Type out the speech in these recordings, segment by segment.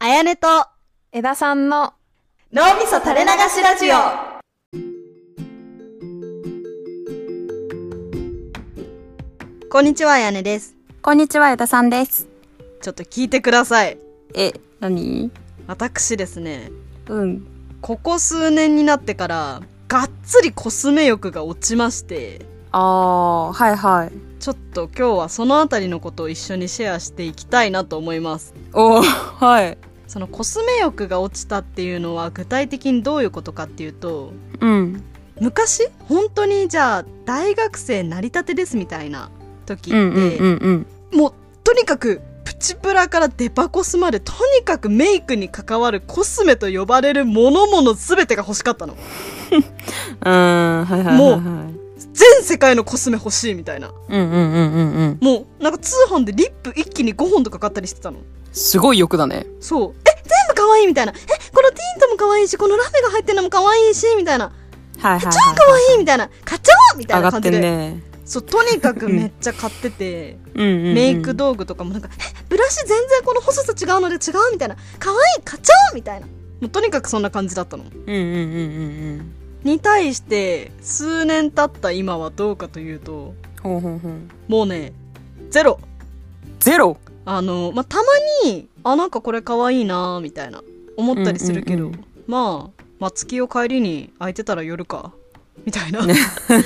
やねと、枝さんの脳みそ垂れ流しラジオ。こんにちは、あやねです。こんにちは枝さんですちょっと聞いてください。え何私ですね、うんここ数年になってから、がっつりコスメ欲が落ちまして、ああはいはいちょっと今日はそのあたりのことを一緒にシェアしていきたいなと思います。おお はいそのコスメ欲が落ちたっていうのは具体的にどういうことかっていうと、うん昔本当にじゃあ大学生なりたてですみたいな時って、うんうんうんうんもうとにかくプチプラからデパコスまでとにかくメイクに関わるコスメと呼ばれるものもの全てが欲しかったのうんはいはいはいもうはい全世界のコスメ欲しいみたいなうんうんうんうんうんもうなんか通販でリップ一気に5本とか買ったりしてたのすごい欲だねそうえ全部可愛いみたいなえこのティントも可愛いしこのラメが入ってるのも可愛いしみたいなはいはい、超はい、可愛いみたいな買っちゃおうみたい上なが感ってじんで、ねそうとにかくめっちゃ買っててうんうんうんメイク道具とかもなんか、えブラシ全然この細さ違うので違うみたいな可愛い買っちゃおうみたいなもうとにかくそんな感じだったのうんうんうんうんうんに対して数年経った今はどうかというとほうほうほうもうねゼロゼロ あのまあたまにあなんかこれ可愛いなーみたいな思ったりするけど、うんうんうんまあ松木を帰りに空いてたら夜かみたいな、う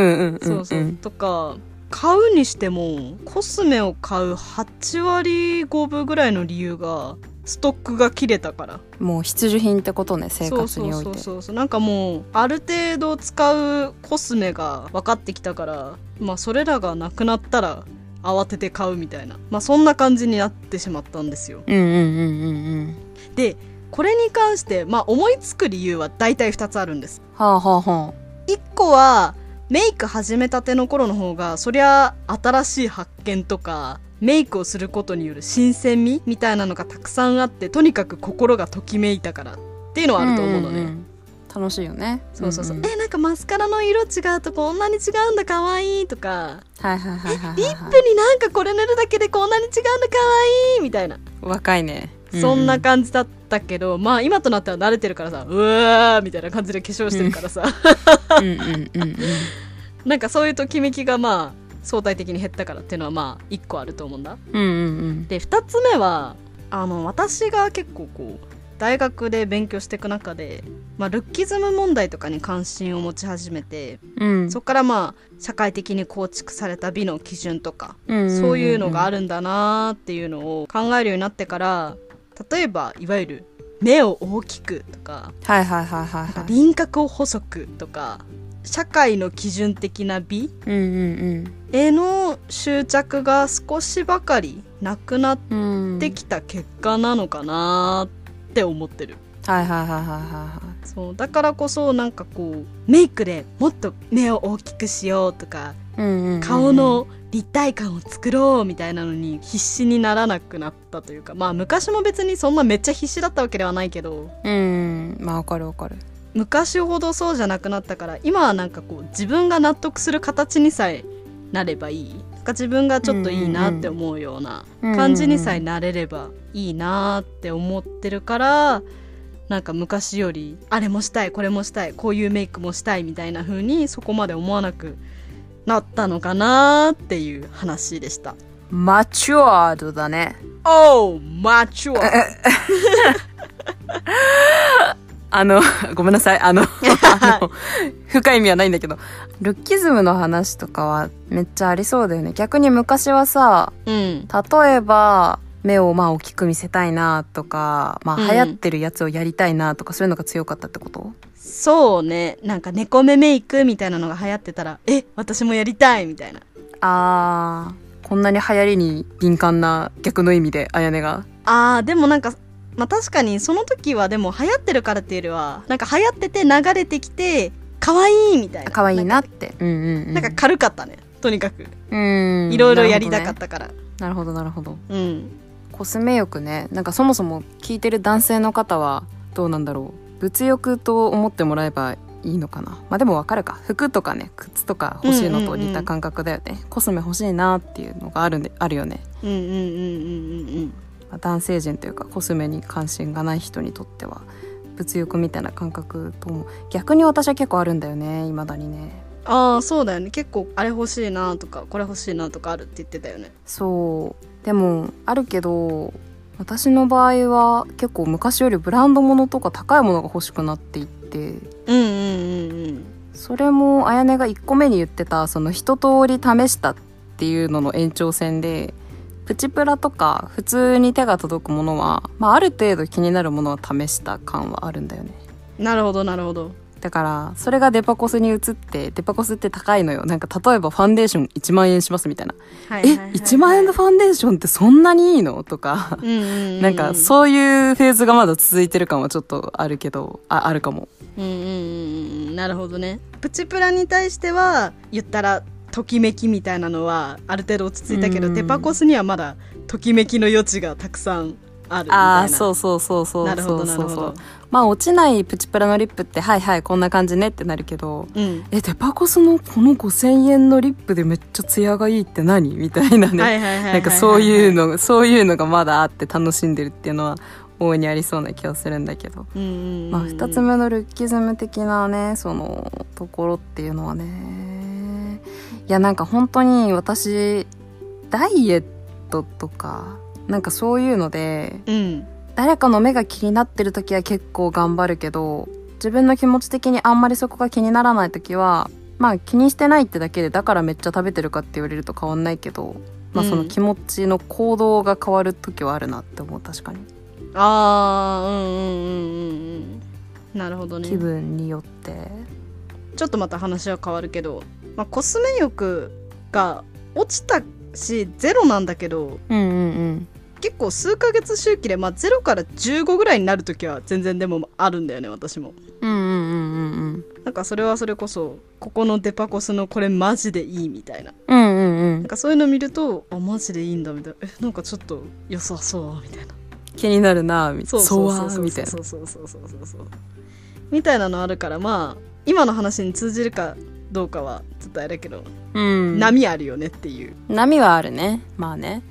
んうんうん、うん、そうそうとか買うにしてもコスメを買う8割5分ぐらいの理由がストックが切れたからもう必需品ってことね生活においそうそうてそうそうなんかもうある程度使うコスメが分かってきたからまあそれらがなくなったら慌てて買うみたいなまあそんな感じになってしまったんですようんうんうんうんうんでこれに関してまあ思いつく理由は大体2つあるんですはあはあは1個はメイク始めたての頃の方がそりゃ新しい発見とかメイクをすることによる新鮮味みたいなのがたくさんあってとにかく心がときめいたからっていうのあはあると思うのね、んんん楽しいよねそうそうそう、んんえなんかマスカラの色違うとこんなに違うんだかわいいとかはいはいはいはいはいはい、リップになんかこれ塗るだけでこんなに違うんだかわいいみたいな、若いねそんな感じだったけどまあ今となっては慣れてるからさうわーみたいな感じで化粧してるからさ、うんうんうんうんうんなんかそういうときめきがまあ相対的に減ったからっていうのはまあ一個あると思うんだうんうんで2つ目はあの私が結構こう大学で勉強していく中で、まあ、ルッキズム問題とかに関心を持ち始めてうんうんそこからまあ社会的に構築された美の基準とか、うんうんそういうのがあるるんだなーっていうのを考えるようになってから例えばいわゆる目を大きくとかはいはいはいはいはい輪郭を細くとか社会の基準的な美うんうんへの執着が少しばかりなくなっうんうんてきた結果なのかなーって思ってる。はいはいはいはいはそうだからこそなんかこうメイクでもっと目を大きくしようとかいうんうんうん顔の立体感を作ろうみたいなのに必死にならなくなったというかまあ昔も別にそんなめっちゃ必死だったわけではないけどうんまあわかるわかる昔ほどそうじゃなくなったから今はなんかこう自分が納得する形にさえなればいいなんか自分がちょっといいなって思うようなうんうんうん感じにさえなれればいいなって思ってるからなんか昔よりあれもしたいこれもしたいこういうメイクもしたいみたいな風にそこまで思わなくなったのかなっていう話でした。マチュアードだね Oh, mature! あの ごめんなさい あのあの深い意味はないんだけどルッキズムの話とかはめっちゃありそうだよね逆に昔はさうん。例えば目をまあ大きく見せたいなとか、まあ、うん流行ってるやつをやりたいなとか、そういうのが強かったってことそうね。なんか猫目メイクみたいなのが流行ってたら、え、私もやりたいみたいな。あーこんなに流行りに敏感な逆の意味であやねがあーでもなんかまあ確かにその時はでも流行ってるからっていうよりはなんか流行ってて流れてきて可愛いみたいな可愛いなんかなってうんうんうんなんか軽かったねとにかくうんいろいろやりたかったたから、なるほど,、なるほどうんコスメ欲ねなんかそもそも聞いてる男性の方はどうなんだろう物欲と思ってもらえばいいのかなまあでもわかるか服とかね靴とか欲しいのと似た感覚だよね、コスメ欲しいなっていうのがあるんであるよねうんうんうんうんうんうんまあ男性陣というかコスメに関心がない人にとっては物欲みたいな感覚とも逆に私は結構あるんだよねいまだにねああそうだよね結構あれ欲しいなとかこれ欲しいなとかあるって言ってたよねそうでもあるけど私の場合は結構昔よりブランド物とか高いものが欲しくなっていってうんうんうんうんそれもあやねが1個目に言ってたその一通り試したっていうのの延長線でプチプラとか普通に手が届くものは、まあ、ある程度気になるものは試した感はあるんだよねなるほどなるほどだからそれがデパコスに移ってデパコスって高いのよなんか例えばファンデーション1万円しますみたいなは「いえはいはいはい1万円のファンデーションってそんなにいいの?」とかうんうんうん、なんかそういうフェーズがまだ続いてる感はちょっとあるけどああるかもうんうんうんうんなるほどねプチプラに対しては言ったらときめきみたいなのはある程度落ち着いたけど、うんデパコスにはまだときめきの余地がたくさんあるみたいなああそうそうそうそうなるほそどうなそるうほそうどまあ落ちないプチプラのリップってはいはいこんな感じねってなるけどうんえデパコスのこの5,000円のリップでめっちゃツヤがいいって何みたいなね、はいはいはいはいはいなんかそういうのそういうのがまだあって楽しんでるっていうのは大いにありそうな気がするんだけど、うんうんうんまあ、2つ目のルッキズム的なねそのところっていうのはねいやなんか本当に私ダイエットとかなんかそういうのでうん誰かの目が気になってる時は結構頑張るけど自分の気持ち的にあんまりそこが気にならない時はまあ気にしてないってだけでだからめっちゃ食べてるかって言われると変わんないけど、まあ、うんその気持ちの行動が変わる時はあるなって思う確かに、ああうんうんうんうんうんなるほどね気分によってちょっとまた話は変わるけど、まあ、コスメ欲が落ちたしゼロなんだけどうんうんうん結構数ヶ月周期で、まあ、0から15ぐらいになる時は全然でもあるんだよね私もうんうんうんうんなんかそれはそれこそここのデパコスのこれマジでいいみたいなうんうんうなんんかそういうの見るとあマジでいいんだみたいなえなんかちょっと良さそうみたいな気になるなみたそいうなそそううそうわそうみたいなそうそうそうそうそうそうみたいなのあるからまあ今の話に通じるかどうかはちょっとあれだけど、うん波あるよねっていうい波はあるねまあね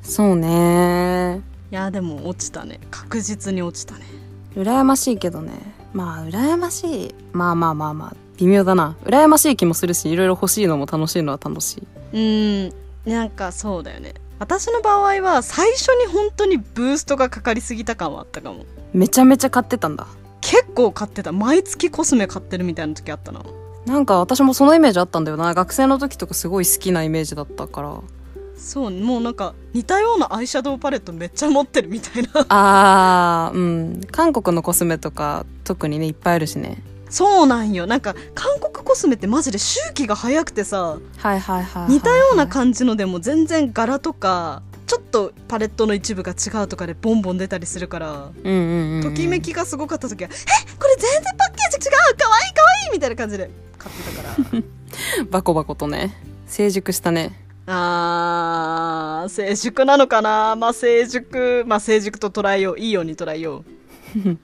そうねやでも落ちたね確実に落ちたね羨ましいけどねまあ羨ましいまあまあまあまあ微妙だな羨ましい気もするしいろいろ欲しいのも楽しいのは楽しいうんなんかそうだよね私の場合は最初に本当にブーストがかかりすぎた感はあったかもめちゃめちゃ買ってたんだ結構買ってた毎月コスメ買ってるみたいな時あったななんか私もそのイメージあったんだよな学生の時とかすごい好きなイメージだったからそうもうなんか似たようなアイシャドウパレットめっちゃ持ってるみたいな あーうん韓国のコスメとか特にねいっぱいあるしねそうなんよなんか韓国コスメってマジで周期が早くてさはいはいはい、似たような感じのでも全然柄とかちょっとパレットの一部が違うとかでボンボン出たりするからじ、うんうんうんうん、ときめきがすごかった時は「えこれ全然パッケージ違うかわいいかわいい!」みたいな感じで買ってたからバコバコとね成熟したね あー成熟なのかなまあ成熟まあ成熟と捉えよういいように捉えよう 引っ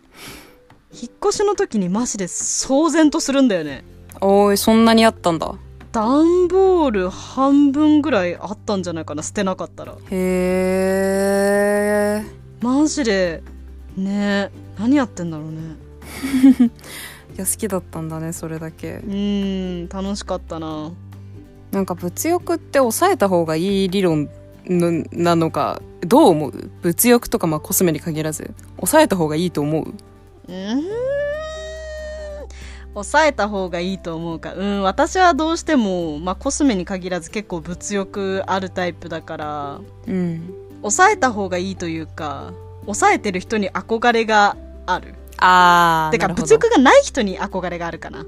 越しの時にマジで騒然とするんだよねおーいそんなにあったんだ段ボール半分ぐらいあったんじゃないかな捨てなかったらへえマジでね何やってんだろうねいや好きだったんだねそれだけうーん楽しかったななんか物欲って抑えた方がいい理論のなのかどう思う物欲とかまあコスメに限らず抑えた方がいいと思ううーん抑えた方がいいと思うかうん私はどうしても、まあ、コスメに限らず結構物欲あるタイプだからうん抑えた方がいいというか抑えてる人に憧れがあるああてか物欲がない人に憧れがあるかな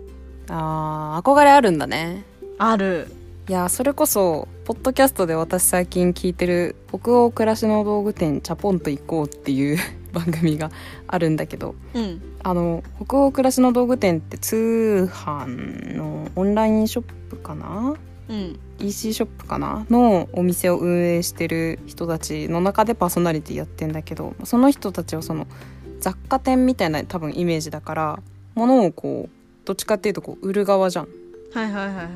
あー憧れあるんだねあるいやそれこそポッドキャストで私最近聞いてる「北欧暮らしの道具店チャポンと行こう」っていう 番組があるんだけどうんあの北欧暮らしの道具店って通販のオンラインショップかなうん EC ショップかなのお店を運営してる人たちの中でパーソナリティやってんだけどその人たちはその雑貨店みたいな多分イメージだから物をこうどっちかっていうとこう売る側じゃん。はいはいはいはい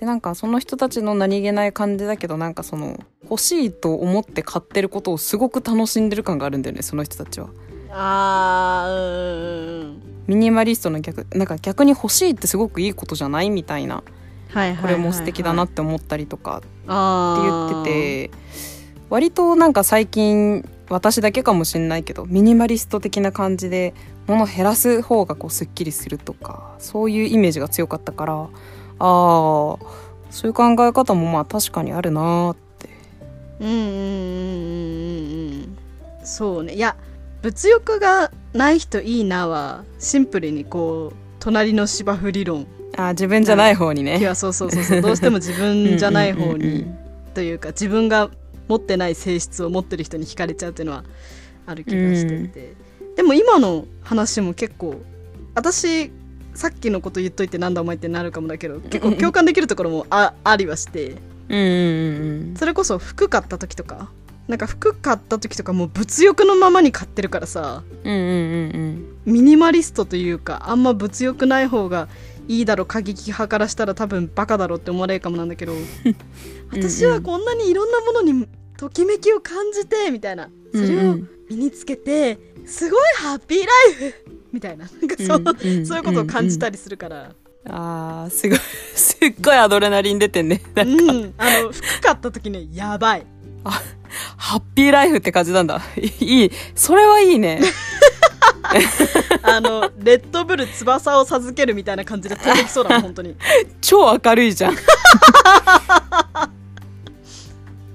でなんかその人たちの何気ない感じだけどなんかその欲しいと思って買ってることをすごく楽しんでる感があるんだよねその人たちはあーうんうんミニマリストの逆なんか逆に欲しいってすごくいいことじゃないみたいなはいはいはい、はい、これも素敵だなって思ったりとかってあ言ーってて割となんか最近私だけかもしんないけどミニマリスト的な感じで物を減らす方がこうすっきりするとかそういうイメージが強かったからあーそういう考え方もまあ確かにあるなーってうんうんうんうんうんうんそうねいや物欲がない人いいなはシンプルにこう隣の芝生理論あー自分じゃない方にいねやそうそうそうそうどうしても自分じゃない方 うんうんうんうにんというか自分が持ってない性質を持ってる人に惹かれちゃうっていうのはある気がしてて、でも今の話も結構私さっきのこと言っといてなんだお前ってなるかもだけど結構共感できるところもあありはして。うんうんうんそれこそ服買った時とかなんか服買った時とかもう物欲のままに買ってるからさうんうんうんうんミニマリストというかあんま物欲ない方がいいだろ過激派からしたら多分バカだろって思われるかもなんだ けど私はこんなにいろんなものにときめきを感じてみたいなそれうんうをん身につけてすごいハッピーライフ みたいななんかそう,、うんうんそういうことを感じたうんりするから、あーすごいすっごいアドレナリン出てんね うんあの服買った時ねやばいハッピーライフって感じなんだ。いい。それはいいね。あの、レッドブル翼を授けるみたいな感じで飛んできそうだもん、本当に。超明るい じゃん。い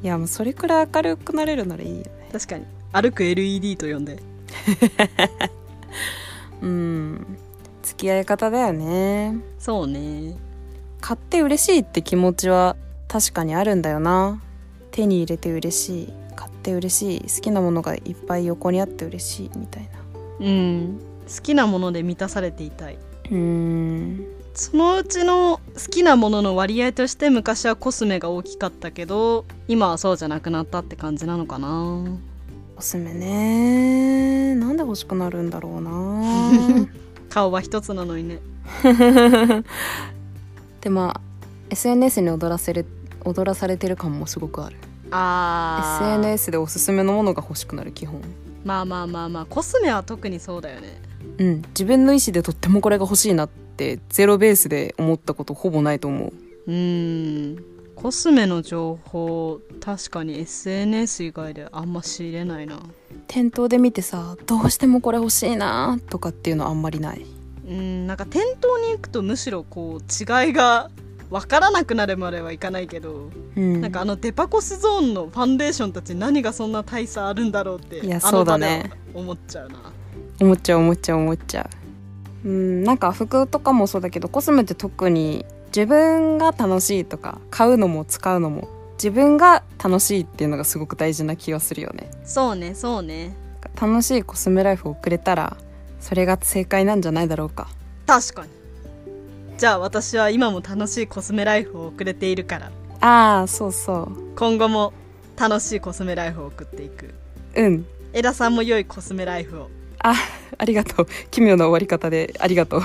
や、もうそれくらい明るくなれるならいいよね。確かに。歩く LED と呼んで。うん。付き合い方だよね。そうね。買って嬉しいって気持ちは確かにあるんだよな。手に入れて嬉しい。買って嬉しい。好きなものがいっぱい横にあって嬉しい。みたいな。うん。好きなもので満たされていたい。うん。そのうちの好きなものの割合として昔はコスメが大きかったけど、今はそうじゃなくなったって感じなのかな。おすすめね。なんで欲しくなるんだろう な。顔は一つなのにね。でまあ SNS に踊らせる踊らされてる感もすごくあるあ SNS でおすすめのものが欲しくなる基本まあまあまあまあ、コスメは特にそうだよね。うん自分の意思でとってもこれが欲しいなってゼロベースで思ったことほぼないと思ううーんコスメの情報確かに SNS 以外であんま仕入れないな店頭で見てさどうしてもこれ欲しいなとかっていうのあんまりないうーんなんか店頭に行くとむしろこう違いが分からなくなるまではいかないけど、うんなんかあのデパコスゾーンのファンデーションたち何がそんな大差あるんだろうっていあのや場そうだねでは思っちゃうな思っちゃう思っちゃう思っちゃううんなんか服とかもそうだけどコスメって特に自分が楽しいとか買うのも使うのも自分が楽しいっていうのがすごく大事な気がするよねそうねそうね楽しいコスメライフを送れたらそれが正解なんじゃないだろうか確かにじゃあ私は今も楽しいコスメライフを送れているからああそうそう今後も楽しいコスメライフを送っていくうん枝さんも良いコスメライフをあありがとう奇妙な終わり方でありがとう